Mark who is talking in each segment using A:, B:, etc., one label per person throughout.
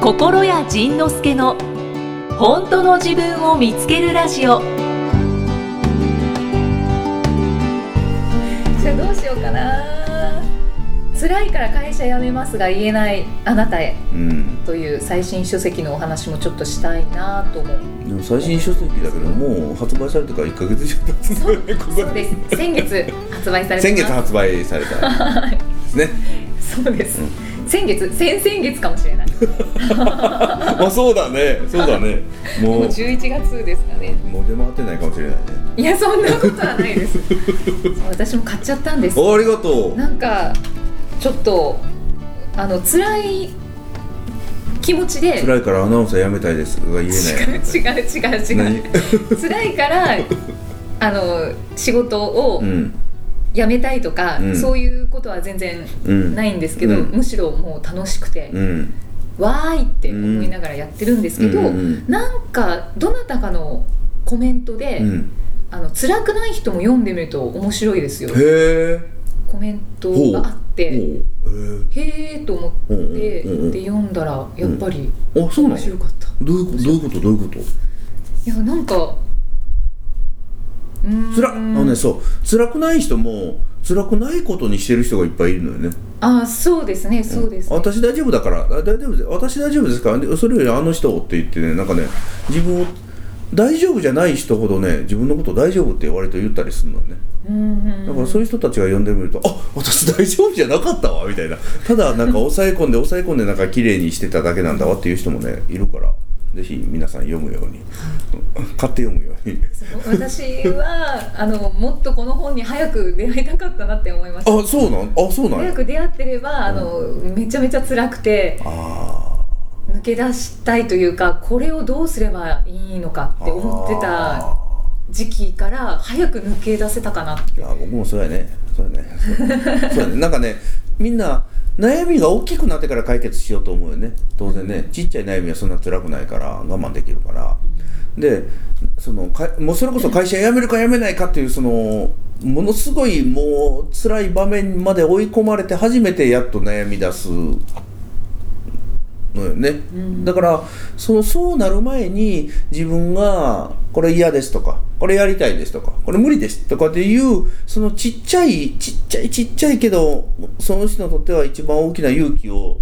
A: 心谷仁之助の本当の自分を見つけるラジオ
B: じゃあどうしようかな辛いから会社辞めますが言えないあなたへ
C: うん、
B: という最新書籍のお話もちょっとしたいなと思う
C: でも最新書籍だけどもう発売されてから1か月以上経つんだよねここ
B: そうです先月発売されて
C: 先
B: ます
C: 月発売されたですね
B: そうです先月先々月かもしれない
C: まあそうだねそうだねも
B: もう11
C: う
B: 月ですかね
C: もう出回ってないかもしれないね
B: いやそんなことはないです私も買っちゃったんです
C: おありがとう
B: なんかちょっとあの辛い気持ちで
C: 辛いからアナウンサー辞めたいですが言えない
B: 違う違う違う違う
C: 何
B: 辛いからあの仕事を
C: うん
B: 辞めたいとか、
C: うん
B: そういうことは全然
C: うん
B: ないんですけど、
C: うん
B: むしろもう楽しくて、
C: うん
B: わーいって思いながらやってるんですけど、
C: うんうん
B: なんかどなたかのコメントで、
C: うん
B: あの辛くない人も読んでみると面白いですよ
C: へえ
B: コメントがあって
C: へ
B: へえと思って、
C: うんうんうん
B: で読んだらやっぱり
C: えあそうな
B: 面
C: の
B: 白かった、
C: どういうことどういうことどういうこと
B: いやなんかうーん
C: 辛あのねそう辛くない人も辛くないことにしてる人がいっぱいいるのよね
B: あそうですねそうですね、
C: 私大丈夫だからあ大丈夫です私大丈夫ですからでそれよりあの人をって言ってねなんかね自分を大丈夫じゃない人ほどね自分のこと大丈夫って割と言ったりするのね
B: うんうんうん
C: だからそういう人たちが呼んでみると「あ私大丈夫じゃなかったわ」みたいなただなんか抑え込んで抑え込んでなんか綺麗にしてただけなんだわっていう人もねいるからぜひ皆さん読むようにうん買って読むように
B: 私はあのもっとこの本に早く出会いたかったなって思いました
C: あそうなんあそうなん
B: 早
C: や
B: く出会ってればあのめちゃめちゃ辛くて
C: あ
B: 抜け出したいというかこれをどうすればいいのかって思って
C: あ
B: た時期から早く抜け出せたかな
C: あ僕もそうやねそうやねそうやねそうやねなんかねみんな悩みが大きくなってから解決しようと思うよね当然ねちっちゃい悩みはそんな辛くないから我慢できるから、でそのかもうそれこそ会社辞めるか辞めないかっていうそのものすごいもう辛い場面まで追い込まれて初めてやっと悩み出すのよね、
B: ん
C: だからそのそうなる前に自分がこれ嫌ですとかこれやりたいですとかこれ無理ですとかっていうそのちっちゃいちっちゃいちっちゃいけどその人にとっては一番大きな勇気を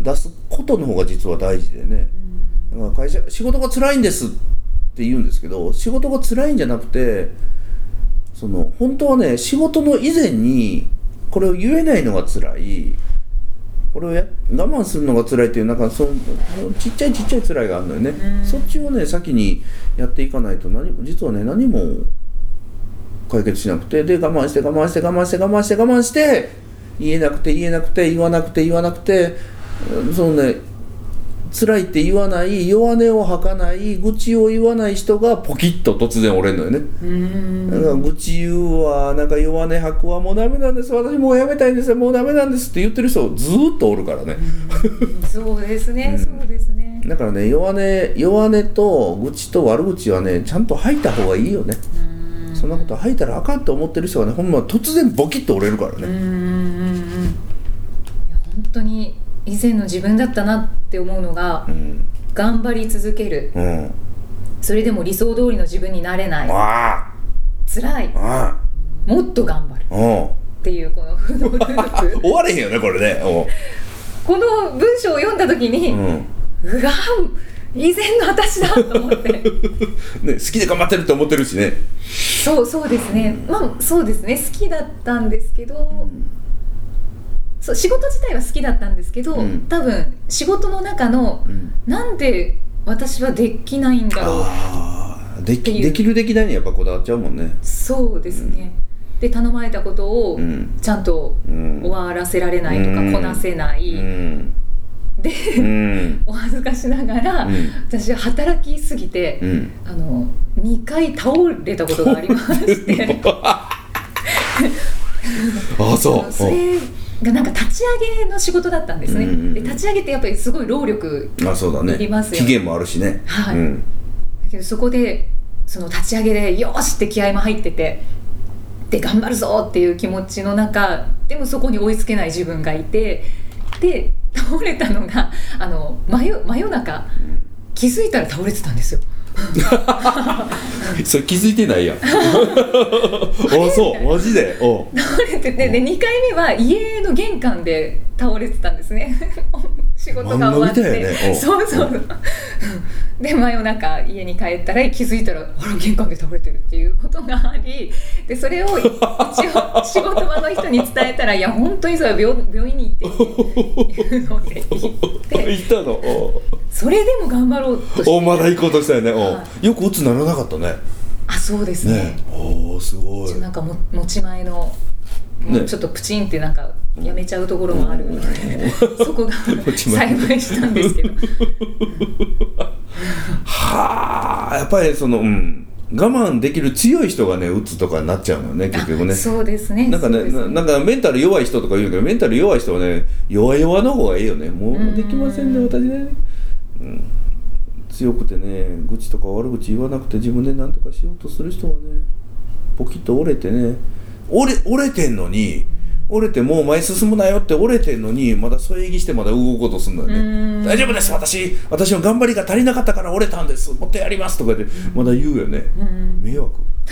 C: 出すことの方が実は大事でね、だから会社仕事が辛いんですって言うんですけど仕事が辛いんじゃなくてその本当はね仕事の以前にこれを言えないのが辛いこれをや我慢するのが辛いっていうなんかそのちっちゃいちっちゃい辛いがあるのよね、
B: うん
C: そっちをね先にやっていかないと何も実はね何も解決しなくてで我慢して我慢して我慢して我慢して我慢して言えなくて言えなくて言わなくて言わなくてうんそのね辛いって言わない弱音を吐かない愚痴を言わない人がポキッと突然折れるのよね、
B: うん
C: なんか愚痴言うわなんか弱音吐くわもうダメなんです私もうやめたいんですもうダメなんですって言ってる人ずーっとおるからね、
B: そうですね、
C: うん
B: そうですね、
C: だからね弱音弱音と愚痴と悪口はねちゃんと吐いた方がいいよね、
B: うん、
C: そんなこと吐いたらあかんと思ってる人がねほんま突然ボキッと折れるから
B: う
C: ね、
B: んうんうんいや本当に以前の自分だったなって思うのが
C: うん
B: 頑張り続ける
C: うん
B: それでも理想通りの自分になれない
C: あ
B: 辛い
C: ああ
B: もっと頑張る
C: あうん
B: っていうこの不能ループ
C: 終われへんよねこれねおう
B: この文章を読んだ時に、
C: う
B: うんわ以前の私だと思って
C: ね、好きで頑張ってると思ってるしね、
B: そうそうですねまあそうですね好きだったんですけど、そう仕事自体は好きだったんですけど、
C: うん
B: 多分仕事の中のなんで私はできないんだろう
C: ああで
B: ってい
C: き
B: う
C: できるできないにやっぱこだわっちゃうもんね
B: そうですね、で頼まれたことを
C: うん
B: ちゃんと
C: うん
B: 終わらせられないとか、
C: うん
B: こなせない、
C: うん
B: で、
C: うん
B: お恥ずかしながら、
C: うん
B: 私は働きすぎて、
C: うん
B: あの2回倒れたことがありまして
C: ああ そ
B: そううそれがなんか立ち上げの仕事だったんですね、
C: うんうんうん
B: で立ち上げってやっぱりすごい労力
C: あそうだね
B: いりますよ
C: 期限もあるしね
B: はい
C: うん
B: だけどそこでその立ち上げでよーしって気合も入っててで頑張るぞっていう気持ちの中でもそこに追いつけない自分がいてで倒れたのがあの真夜真夜中気づいたら倒れてたんですよ
C: それ気づいてな いやんおそうマジでおう
B: 倒れててで2回目は家の玄関で倒れてたんですね 仕事が終わって、
C: 漫画みたいやねおう
B: そうそう で真夜中家に帰ったら気づいたらあら玄関で倒れてるっていうことがありでそれを一 応仕事場の人に伝えたら「いや本当にそれは病病院に行って」っていうの で行って
C: 行ったのおう
B: それでも頑張ろうとして
C: おまだ行こうとしたよねお
B: は
C: うよく鬱ならなかったね
B: あそうですね
C: ねおおすごい
B: ちょなんかも持ち前の、もう
C: ね
B: ちょっとプチンってなんかやめちゃうところもあるので、そ こが
C: ち前
B: 幸いしたんですけど
C: はあやっぱりそのうん我慢できる強い人がね鬱とかになっちゃうのよね結局ね
B: そうですね
C: なんかね
B: そうです
C: ななんかメンタル弱い人とか言うけどメンタル弱い人はね弱々の方がいいよねもうできませんね
B: うん
C: 私ね、うん、強くてね愚痴とか悪口言わなくて自分で何とかしようとする人はねポキッと折れてね折れ折れてんのに折れてもう前進むなよって折れてんのにまだ添え木してまだ動こうとするんだよ
B: うん
C: ね大丈夫です私私の頑張りが足りなかったから折れたんですもっとやりますとかでまだ言うよね
B: うん
C: 迷惑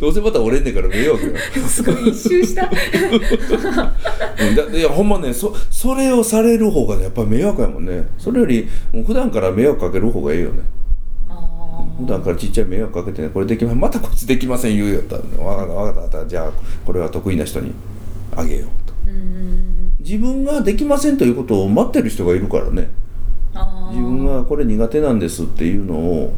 C: どうせまた折れんねんから迷惑よ
B: すごい一周 した
C: うんだいやほんまねそそれをされる方がねやっぱり迷惑やもんねそれよりもう普段から迷惑かける方がいいよね
B: あ
C: 普段からちっちゃい迷惑かけてねこれできませんまたこっちできません言うよったらねわかったわかったじゃあこれは得意な人にあげようと
B: ーうん
C: 自分ができませんということを待ってる人がいるからね
B: あー
C: 自分がこれ苦手なんですっていうのを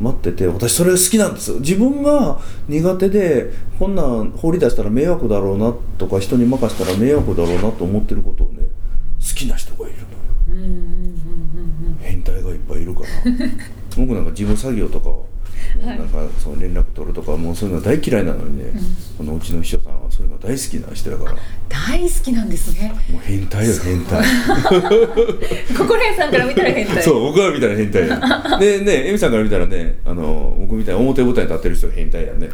C: 待ってて私それ好きなんです自分が苦手でこんなん放り出したら迷惑だろうなとか人に任せたら迷惑だろうなと思ってることをね好きな人がいるのよ
B: うんうんうんうん
C: 変態がいっぱいいるから 僕なんか事務作業とかを
B: はい
C: なんかその連絡取るとかもうそういうの大嫌いなのにね、このうちの秘書さんはそういうの大好きな人だからも
B: 大好きなんですね
C: う変態よ変態。
B: ここら辺さんから見たら変態
C: そう僕らみたいな変 態やでねえみさんから見たらねあの僕みたいに表舞台に立ってる人が変態やね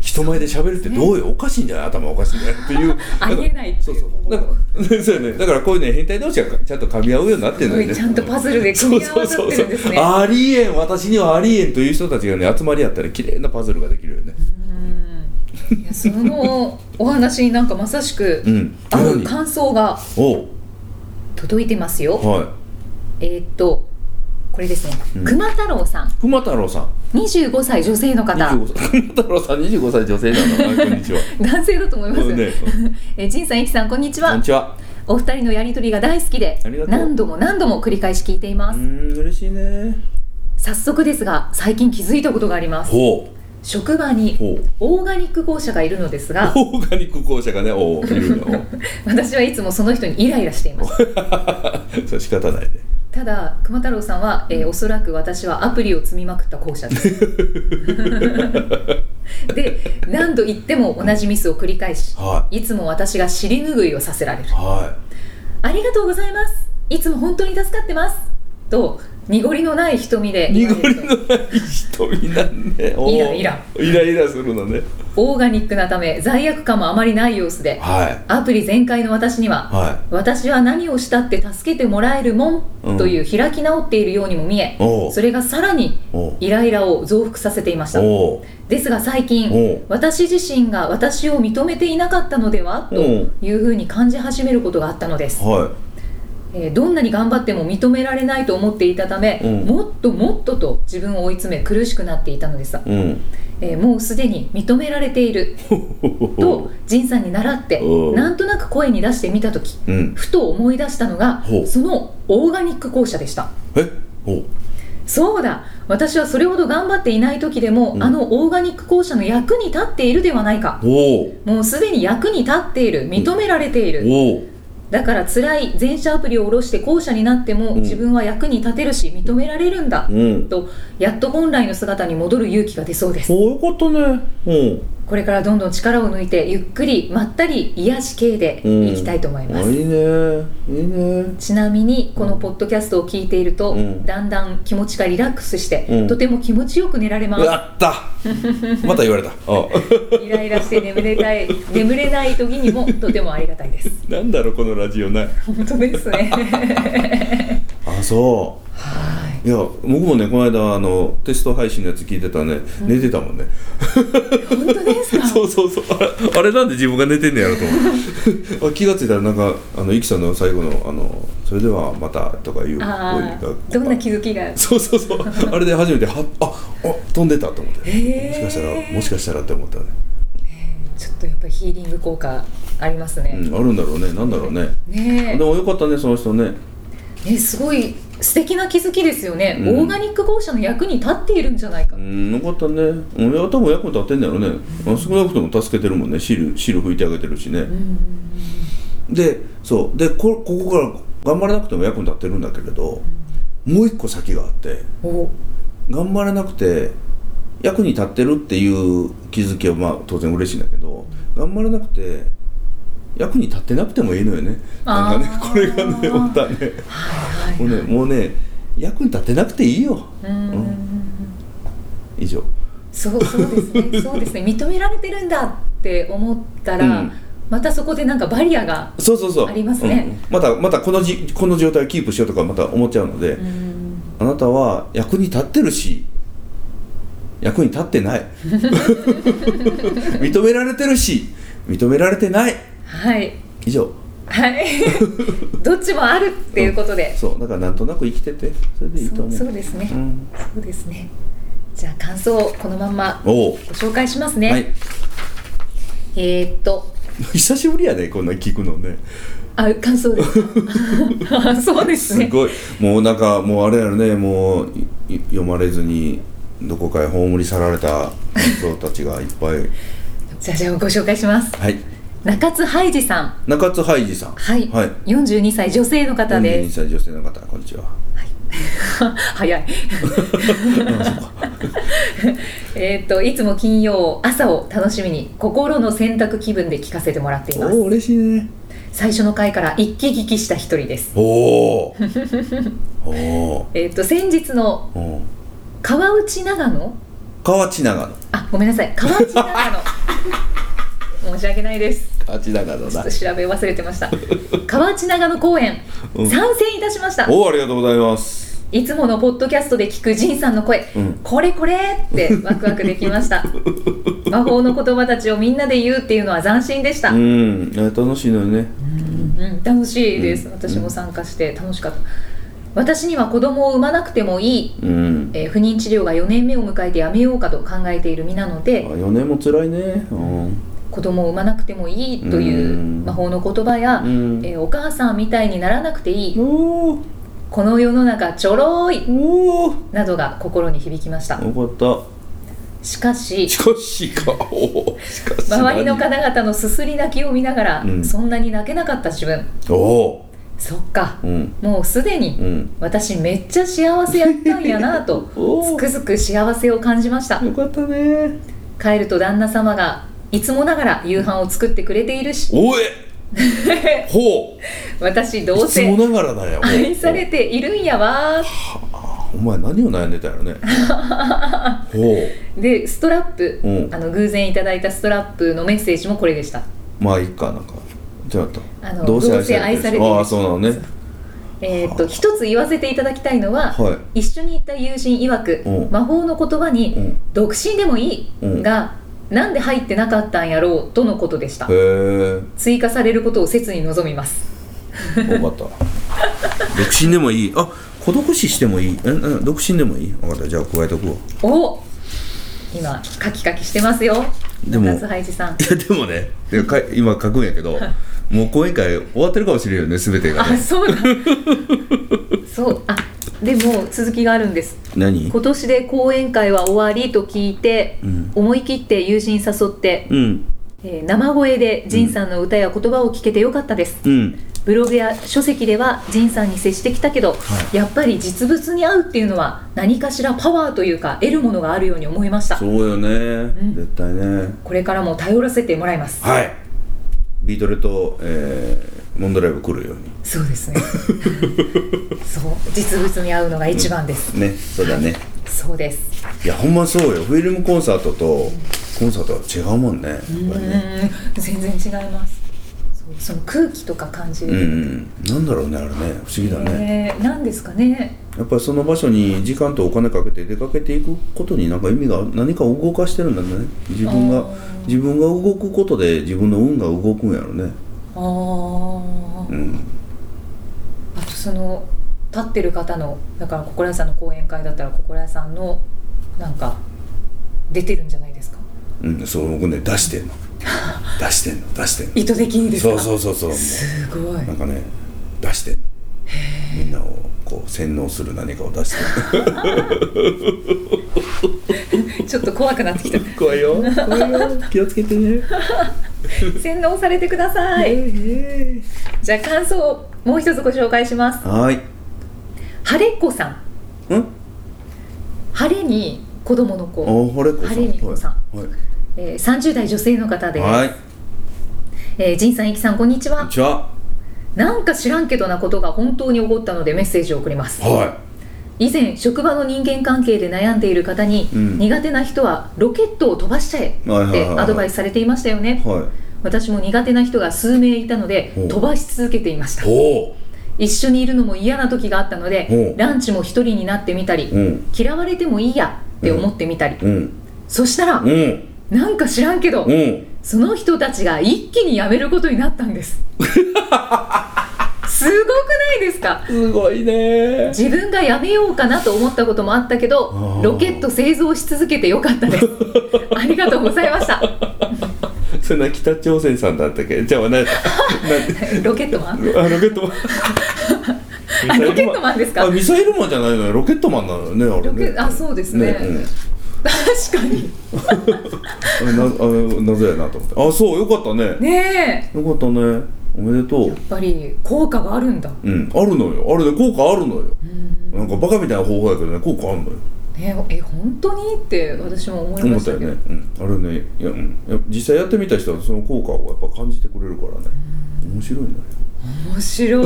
C: 人前で喋るってどうよ、おかしいんじゃない頭おかしいんじゃないっていう
B: ありえないって
C: そう
B: いう
C: そうなんか そうやねだからこういうね変態同士がちゃんと噛み合うようになって
B: す
C: るの
B: ご
C: よ
B: い
C: ね
B: ちゃんとパズルで
C: そ
B: 組
C: う
B: み合
C: そう
B: わさ
C: そ
B: っ
C: う
B: て
C: そ
B: るんです
C: う
B: ね
C: ありえん私にはありえんという人たちがね集まり合ったら綺麗なパズルができるよね
B: うんいやそのお話になんかまさしく
C: うん
B: 合う
C: 何
B: 感想が
C: おう
B: 届いてますよ、
C: は
B: えーっとこれですね、
C: うん
B: 熊太郎さん
C: い熊太郎さん
B: 25歳女性の方
C: 25歳熊太郎さん25歳女性なのあこんにちは
B: 男性だと思います、
C: うんねうん
B: えー、仁さん、いきさ んこんにち
C: こん
B: は
C: にちは
B: お二人のやりとりが大好きで
C: ありがとう
B: 何度も何度も繰り返し聞いていま
C: う
B: す、
C: ん嬉しいね
B: 早速ですが最近気づいたことがあります
C: ほ
B: 職場
C: う
B: に
C: ほう
B: オーガニック校舎がいるのですが
C: オーガニック校舎がねおういる の
B: 私はいつもその人にイライラしています
C: それ仕方ないね
B: ただ熊太郎さんは、えーおそらく私はアプリを積みまくった校舎です で何度言っても同じミスを繰り返し
C: はい
B: つも私が尻拭いをさせられる
C: は
B: ありがとうございますいつも本当に助かってますと濁りのない瞳で
C: い
B: 言わ
C: 濁
B: れる
C: り
B: と
C: のない瞳なんでおう
B: イライラ
C: イライラするのね
B: オーガニックなため罪悪感もあまりない様子で
C: はい
B: アプリ全開の私には
C: は
B: 私は何をしたって助けてもらえるも
C: うん
B: んという開き直っているようにも見え
C: いおう
B: それがさらに
C: おう
B: イライラを増幅させていました
C: おう
B: ですが最
C: おう
B: 近私自身が私を認めていなかったのではと
C: おう
B: いうふうに感じ始めることがあったのです、
C: は
B: えーどんなに頑張っても認められないと思っていたため、
C: うん
B: もっともっとと自分を追い詰め苦しくなっていたのです、
C: いうん
B: えーもうすでに認められていると仁さんに習って
C: おう
B: なんとなく声に出してみた時
C: うん
B: ふと思い出したのが
C: ほう
B: そのオーガニック校舎でした
C: えおう
B: そうだ私はそれほど頑張っていない時でも、
C: うん
B: あのオーガニック校舎の役に立っているではないか
C: おう
B: もうすでに役に立っている認められている、
C: おう
B: だから辛い全社アプリを下ろして後者になっても、
C: うん
B: 自分は役に立てるし認められるんだ、
C: うん
B: とやっと本来の姿に戻る勇気が出そうです
C: おうよかったね
B: これからどんどん力を抜いてゆっくりまったり癒し系でいきたいと思います、
C: あいいねいいね
B: ちなみにこのポッドキャストを聞いていると、
C: うん
B: だんだん気持ちがリラックスして、
C: うん
B: とても気持ちよく寝られます
C: やったまた言われた う
B: イライラして眠れた い眠れない時にもとてもありがたいです
C: んなんだろうこのラジオな
B: 本当です ね
C: あそう
B: はい
C: いや僕もねこの間あのテスト配信のやつ聞いてたらね、寝てたもんね
B: 本当ですか
C: そうそうそうあれあれなんで自分が寝てんねやろ と思ってあ気がついたらなんかあのイキさんの最後のあの「それではまた」とかいう声
B: あ
C: が
B: あ
C: こう
B: どんな気づきが
C: そうそ うそうあれで初めてはああ飛んでたと思って
B: へー
C: もしかしたらもしかしたらって思ったね、
B: ちょっとやっぱりヒーリング効果ありますね、
C: うん、あるんだろうねなんだろうね
B: ねえ
C: でもよかったねその人ね
B: ねすごい素敵な気づきですよね、
C: うん
B: オーガニック合社の役に立っているんじゃないか、
C: うんよかったねうんいや多分役に立ってんだろうね、あ少なくとも助けてるもんね汁汁拭いてあげてるしね、でそうでこここから頑張らなくても役に立ってるんだけれど、もう一個先があって
B: お
C: 頑張らなくて役に立ってるっていう気づきはまあ当然嬉しいんだけど頑張らなくて役に立ってなくてもいいのよね
B: あー
C: なんかねこれがねまたね
B: はいはい
C: もうねもうね役に立ってなくていいよ
B: うんうんうん
C: 以上
B: そうそうですねそうですね認められてるんだって思ったら、
C: うん
B: またそこでなんかバリアが
C: そうそうそう
B: ありますね
C: うんまたまたこのじこの状態をキープしようとかまた思っちゃうので、
B: うん
C: あなたは役に立ってるし役に立ってない 認められてるし認められてない
B: はい
C: 以上
B: はい どっちもあるっていうことで、
C: そうだからなんとなく生きててそれでいいと
B: そ
C: 思
B: う
C: う
B: そうですね、
C: うん、
B: そうですねじゃあ感想をこのまんまご
C: おお、
B: 紹介しますね、
C: はい
B: えー、っと
C: 久しぶりやねこんな聞くのね
B: あ感想ですかあ そうです
C: す
B: ね
C: ごいもうなんかもうあれやろねもういい読まれずにどこかへ葬り去られた人たちがいっぱ い
B: じゃあじゃあご紹介します
C: はい
B: 中津ハイジさん
C: 中津ハイジさん
B: はい、
C: はい
B: 42歳女性の方で
C: 42
B: す
C: 歳女性の方こんにちは
B: 早い えーっといつも金曜朝を楽しみに心の洗濯気分で聞かせてもらってい
C: お
B: ます
C: お嬉しいね
B: 最初の回から一気聞きした一人です
C: おおおお
B: えーっと先日の
C: うん
B: 川内長野
C: 河内長野
B: あごめんなさい川内長 野申し訳ないです
C: 河内長野
B: ちょっと
C: だ
B: 調べ忘れてました河内長野公園、
C: うん
B: 参戦いたしました
C: おおありがとうございます
B: いつものポッドキャストで聞く仁さんの声、
C: うん
B: これこれってワクワクできました 魔法の言葉たちをみんなで言うっていうのは斬新でした、
C: う
B: うん
C: んいや楽しいのよね
B: 楽しいです、
C: うん
B: 私も参加して楽しかった私には子供を産まなくてもいい、
C: うん
B: えー不妊治療が4年目を迎えてやめようかと考えている身なの
C: あ
B: で
C: 4年も辛いねうん
B: 子供を産まなくてもいいという
C: うん
B: 魔法の言葉や、
C: うん
B: えーお母さんみたいにならなくていい、
C: おー
B: この世の中ちょろい
C: おー
B: などが心に響きました
C: よかっ
B: しか
C: た
B: し
C: しかしかおーしかし何
B: 周りの方々のすすり泣きを見ながら、
C: うん
B: そんなに泣けなかった自分
C: おお
B: そっか
C: うん
B: もうすでに
C: うん
B: 私めっちゃ幸せやったんやな と
C: お
B: つ
C: ー
B: くづく幸せを感じました
C: よかったね
B: 帰ると旦那様がいつもながら夕飯を作ってくれているし
C: おえ ほう
B: 私どう
C: いつも
B: せ
C: ながらだよ
B: 愛されているんやわ
C: お前何を悩んでたん やろねほう
B: ーでストラップ、
C: うん
B: あの偶然いただいたストラップのメッセージもこれでした
C: まあいいかなんかじゃあと
B: あのどうせ愛されてる
C: ああーそうなのね
B: えーっと一つ言わせていただきたいのは、
C: は
B: 一緒に行った友人曰く、
C: うん
B: 魔法の言葉
C: い、う
B: に
C: ん、へ
B: 「独身でもいい」
C: うん
B: が、なんで入ってなかったんやろうとのことでした
C: え
B: 追加されることを切に望みます
C: 分かった 独身でもいいあ孤独死してもいいえうん独身でもいい分かったじゃあ加えとくわ
B: お今カキカキしてますよ
C: でも
B: 中津ハイジさん
C: いやでもねでか今書くんやけどもう講演会終わってるかもしれんよね全てが
B: あ
C: ね
B: そうだそうあでも続きがあるんです
C: 何
B: 今年で講演会は終わりと聞いて、
C: うん
B: 思い切って友人誘って、
C: うん
B: えー生声で仁さんの歌や言葉を聞けてよかったです、
C: うん
B: ブログや書籍では仁さんに接してきたけど、やっぱり実物に会うっていうのは何かしらパワーというか得るものがあるように思いました
C: そうよね、絶対ね
B: これからも頼らせてもらいます
C: はいビートルと、えーモンドライブ来るように
B: そうですねそう実物に会うのが一番です、
C: ねそうだね
B: そうです
C: いやほんまそうよフィルムコンサートとコンサートは違うもんねやっぱり
B: う
C: ね
B: ーん全然違いますそうその空気とか感じ
C: うんう
B: る、
C: んなんだろうねあれね不思議だね
B: えーなんですかね
C: やっぱりその場所に時間とお金かけて出かけていくことに何か意味が何かを動かしてるんだね自分
B: あ
C: が
B: ー
C: 自分が動くことで自分の運が動くんやろね
B: ああ
C: うん
B: あとその立ってる方のだから心屋さんの講演会だったら心屋さんのなんか出てるんじゃないですか
C: うんそう僕ね出して んの出してんの出してんの
B: 意図的にです
C: そ
B: か
C: うそうそうそう
B: すごい
C: なんかね出してんのみんなをこう洗脳する何かを出してる
B: ちょっと怖くなってきた
C: 怖いよ怖いよ気をつけてね
B: 洗脳されてくださいじゃあ感想をもう一つご紹介します
C: はーい
B: 晴れっ子さん
C: うん
B: 晴れに子供の
C: あ
B: 子、
C: 晴れ子さん
B: 晴れに子さ
C: はいはい
B: えー、30代女性の方で
C: はい、
B: えー、仁さん、いきさん、こんにち
C: こん
B: は
C: に。ちは。
B: なんか知らんけどなことが本当に起こったのでメッセージを送ります。
C: は
B: 以前職場の人間関係で悩んでいる方に、
C: うん
B: 苦手な人はロケットを飛ばしちゃえ
C: はい
B: っ
C: はい
B: て
C: はいはい
B: アドバイスされていましたよね、
C: い。は
B: 私も苦手な人が数名いたので
C: ほう
B: 飛ばし続けていまし
C: い。
B: た
C: ほ
B: 一緒にいるのも嫌な時があったので
C: ほう
B: ランチも一人になってみたり、
C: う。うん。
B: 嫌われてもいいやって思ってみたり、
C: うん。
B: そしたら、
C: うん。
B: なんか知らんけど、
C: うん。
B: その人たちが一気に辞めることになったんです すごくないですか
C: すごいね。
B: 自分がやめようかなと思ったこともあったけど
C: ー
B: ロケット製造し続けてよかったですありがとうございました
C: そんな北朝鮮さんだったっけ。じゃあ、な、な、
B: ロケットマン
C: あ、ロケットマン。
B: あロケットマンですか
C: あ、ミサイルマンじゃないのよ。ロケットマンなのよね。あれ
B: ロケ
C: ね。
B: あそうですね
C: うん
B: 確かに
C: あな、あ、謎やなと思って。あ、そう、よかったね。
B: ねえ
C: よかったね。おめでとう
B: や。っぱり効果があるんだ、ね
C: うん、あるのよ。あれね、効果あるのよ。なんかバカみたいな方法やけどね、効果あるのよ。
B: え本当にって私も思い
C: 思
B: ま
C: っ
B: したた
C: よ
B: け
C: ね
B: ど、
C: うん、あれねいや、うん、やっぱ実際やってみた人はその効果をやっぱ感じてくれるからね面白いね
B: 面白い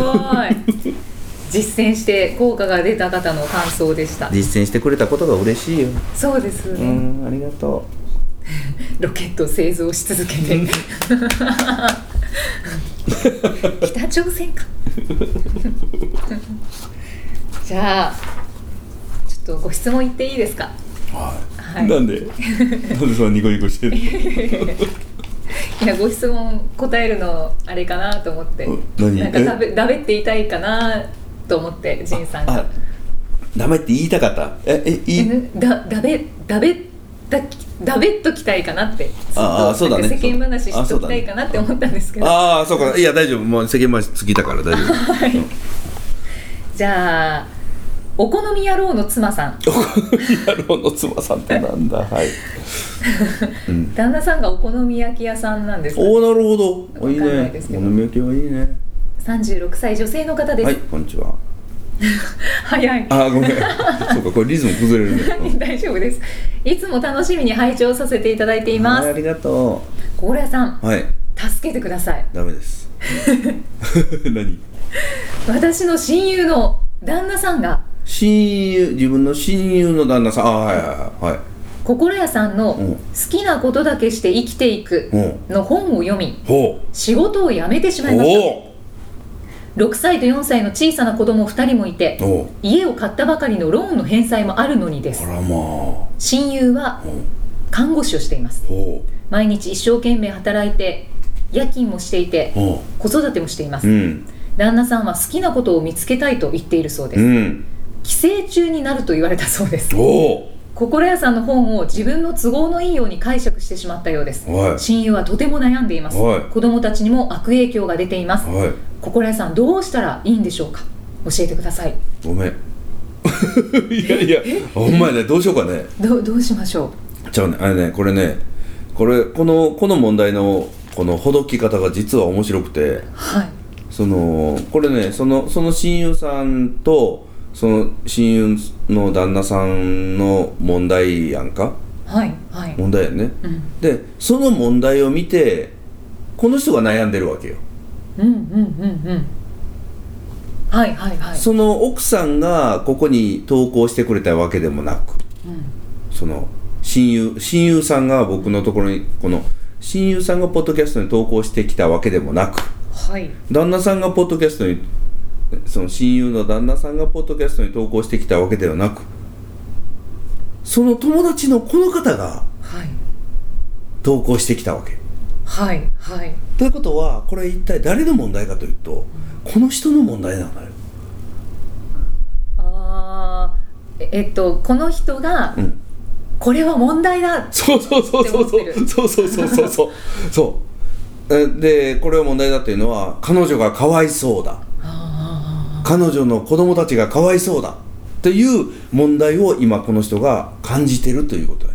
B: 実践して効果が出た方の感想でした
D: 実践してくれたことが嬉しいよ
B: そうです、ね
D: んありがと
B: ロケットを製造し続けて北朝鮮かじゃあちょっとご質問言っていいですか
C: はい、
B: はい
C: な んでなんでそんなニコニコしてる
B: いやご質問答えるのあれかなと思って
C: お何
B: なんかだべだべって言いたいかなと思って仁さんが
C: あダメって言いたかったええいい
B: えだだべだべだだべっときたいかなってずっと
C: ああそうだね
B: なんか世間話しときたいかなって思ったんですけど
C: ああそうかいや大丈夫もう世間話過ぎたから大丈 夫
B: じゃあお好み野郎の妻さん
C: 野郎の妻さんってなんだ はい
B: 旦那さんがお好み焼き屋さんなんです
C: おおなるほどいい
B: わかんない
C: ね
B: ですけ
C: お
B: ど
C: 好み焼きはいいね
B: 36歳女性の方です、
C: はいこんにちは
B: 早い
C: あーごめん そうかこれリズム崩れるねうん
B: 大丈夫ですいつも楽しみに拝聴させていた だいていま
C: はいあ
B: す
C: りがと
B: 小倉さん
C: うはい
B: 助けてください
C: ダメです 何
B: 私の親友の旦那さんが
C: 親友自分の親友の旦那さんあはいはいはいはい
B: 心屋さんの
C: うん
B: 好きなことだけして生きていく
C: うん
B: の本を読み
C: ほ
B: 仕事を辞めてし
C: う
B: まいまし
C: お
B: た6歳と4歳の小さな子供2人もいて
C: おおう
B: 家を買ったばかりのローンの返済もあるのにで
C: あ
B: す
C: らまあほ
B: 親友は看護師をしています
C: うほ
B: 毎日一生懸命働いて夜勤もしていて
C: うほ
B: 子育てもしていま
C: う
B: す
C: うん
B: 旦那さんは好きなことを見つけたいと言っているそうで
C: う
B: す
C: ん
B: 寄生虫になると言われたそうです
C: お
B: 心屋さんの本を自分の都合のいいように解釈してしまったようです
C: おはい
B: 親友はとても悩んでいます
C: はい
B: 子供たちにも悪影響が出ています
C: はい
B: 心屋さんどうしたらいいんでしょうか教えてください
C: ごめん いやいやほんまやねどうしようかね
B: どうどうしましょ
C: ちゃうねあれねこれねこれこのこの問題のこのほどき方が実は面白くて
B: うはい
C: そのこれねそのその親友さんとその親友の旦那さんの問題やんか
B: はいはい、
C: 問題やね
B: うん、
C: でその問題を見てこの人が悩んでるわけよ、
B: うんうんうんうんはいはいはい
C: その奥さんがここに投稿してくれたわけでもなく
B: うん
C: その親友親友さんが僕のところにこの親友さんがポッドキャストに投稿してきたわけでもなく
B: はい
C: 旦那さんがポッドキャストにその親友の旦那さんがポッドキャストに投稿してきたわけではなくその友達のこの方が
B: はい
C: 投稿してきたわけ
B: はいはい
C: ということはこれ一体誰の問題かというとこの人の問題なのよ
B: あーええっとこの人が、
C: うん
B: これは問題だ
C: そうそうそうそうそうそうそうそうそう そうそうえでこれは問題だっていうのは彼女がかわいそうだ
B: あ
C: 彼女の子供たちがかわいそうだっていう問題を今この人が感じてるということ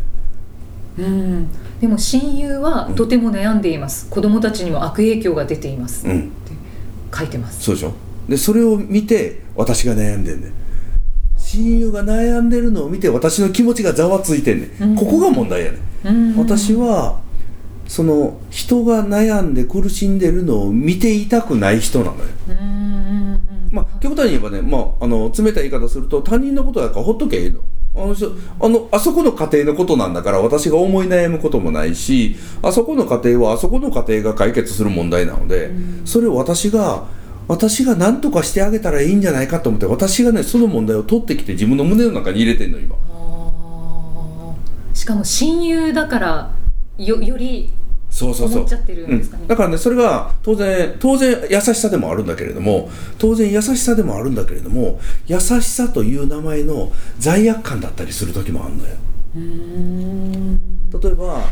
C: だよ
B: ーうんでも親友はとても悩んでいます、子供たちにも悪影響が出ています、
C: うん
B: 書いてます
C: そうでしょでそれを見て私が悩んでんねん親友が悩んでるのを見て私の気持ちがざわついてんねん、
B: うん
C: ここが問題やねん
B: うん
C: 私はその人が悩んで苦しんでるのを見ていたくない人なのよ
B: うんうんうん
C: まあ極端に言えばね、まあ、あの冷たい言い方すると他人のことだからほっとけばいいの。あの人あのあそこの家庭のことなんだから私が思い悩むこともないしあそこの家庭はあそこの家庭が解決する問題なので、それを私が私が何とかしてあげたらいいんじゃないかと思って私がねその問題を取ってきて自分の胸の中に入れてんの今
B: あーしかも親友だからよより
C: そうそうそう
B: 思っちゃってるんですかね
C: うんだからねそれが当然当然優しさでもあるんだけれども当然優しさでもあるんだけれども優しさという名前の罪悪感だったりする時もあるのよ
B: うーん
C: 例えば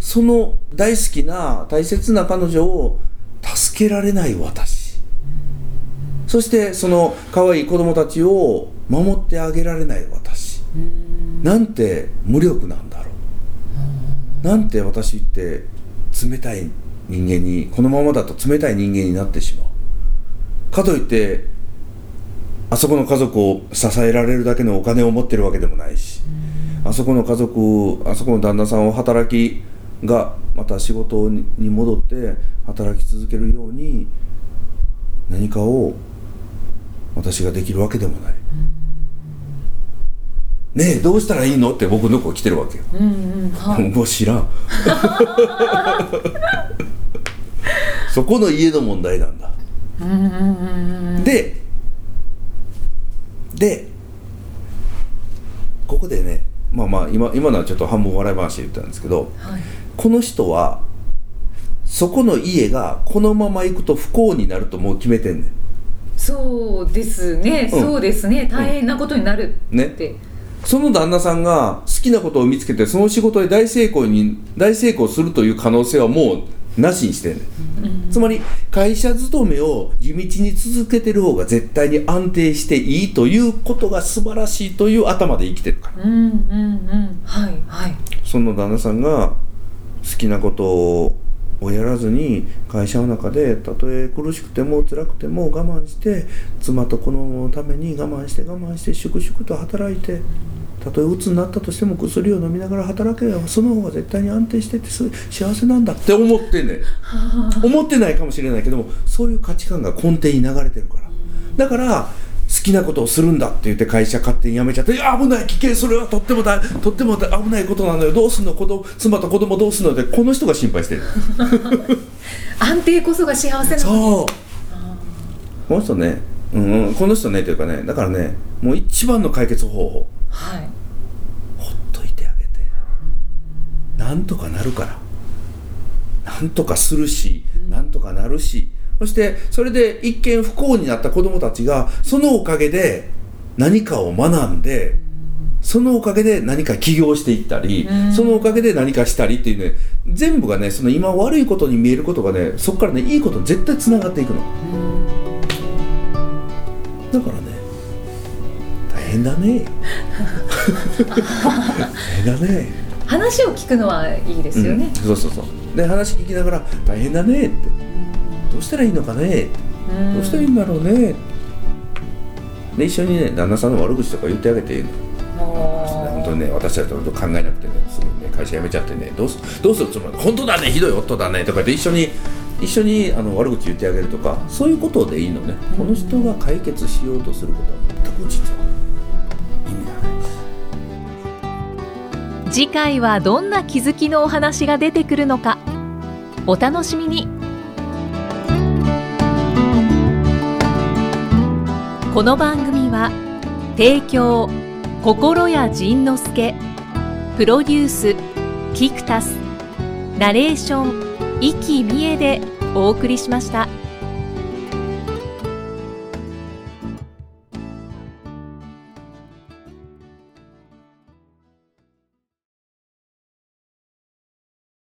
C: その大好きな大切な彼女を助けられない私そしてその可愛い子供たちを守ってあげられない私なんて無力なんだろうなんて私って冷たい人間にこのままだと冷たい人間になってしまうかといってあそこの家族を支えられるだけのお金を持ってるわけでもないしあそこの家族あそこの旦那さんを働きがまた仕事にに戻って働き続けるように何かを私ができるわけでもない。ねえどうしたらいいのって僕の子来てるわけよ。
B: うんうんはい
C: もう知ら んそこの家の問題なんだ。
B: うんうんうんうん
C: ででここでねまあまあ今今のはちょっと半分笑い話で言ったんですけど
B: はい
C: この人はそこの家がこのまま行くと不幸になるともう決めてんねん。
B: そうですね、
C: うん
B: そうですね大変なことになる
C: ね
B: って、
C: その旦那さんが好きなことを見つけてその仕事で大成功に大成功するという可能性はもうなしにしてんねんつまり会社勤めを地道に続けてる方が絶対に安定していいということが素晴らしいという頭で生きてるから
B: うんうんうんはいはい
C: その旦那さんが好きなことをやらずに会社の中でたとえ苦しくても辛くても我慢して妻と子供のために我慢して我慢して粛々と働いてたとえ鬱になったとしても薬を飲みながら働けばその方が絶対に安定しててす幸せなんだって思ってんねん思ってないかもしれないけどもそういう価値観が根底に流れてるからだから好きなことをするんだって言って会社勝手に辞めちゃっていや危ない危険それはとってもだとってもだ危ないことなのよどうすんの子供妻と子供どうすんのってこの人が心配してる
B: 安定こそが幸せなの
C: そうこの人ね、うんうん、この人ねというかねだからねもう一番の解決方法
B: はい
C: ほっといてあげてなんとかなるからなんとかするしなんとかなるしそしてそれで一見不幸になった子どもたちがそのおかげで何かを学んでそのおかげで何か起業していったり
B: うん
C: そのおかげで何かしたりっていうね全部がねその今悪いことに見えることがねそこからねいいことに絶対つながっていくのだからね大変だね大変だね
B: 話を聞くのはいいですよね
C: うん、、そうそうそうで話聞きながら「大変だね」って「どうしたらいいのかね」って
B: うん
C: どうしたらいいんだろうねで一緒にね旦那さんの悪口とか言ってあげていいの本
B: 本
C: 当にね私たちのこと考えなくてねすぐね会社辞めちゃってねどうすどうするつもり本当だねひどい夫だねとかって一緒に一緒にあの悪口言ってあげるとかそういうことでいいのね、この人が解決しようとすることは全く実は意味がないです
A: 次回はどんな気づきのお話が出てくるのかお楽しみにこの番組は提供心谷仁之助プロデュースキクタスナレーション生きみえでお送りしました。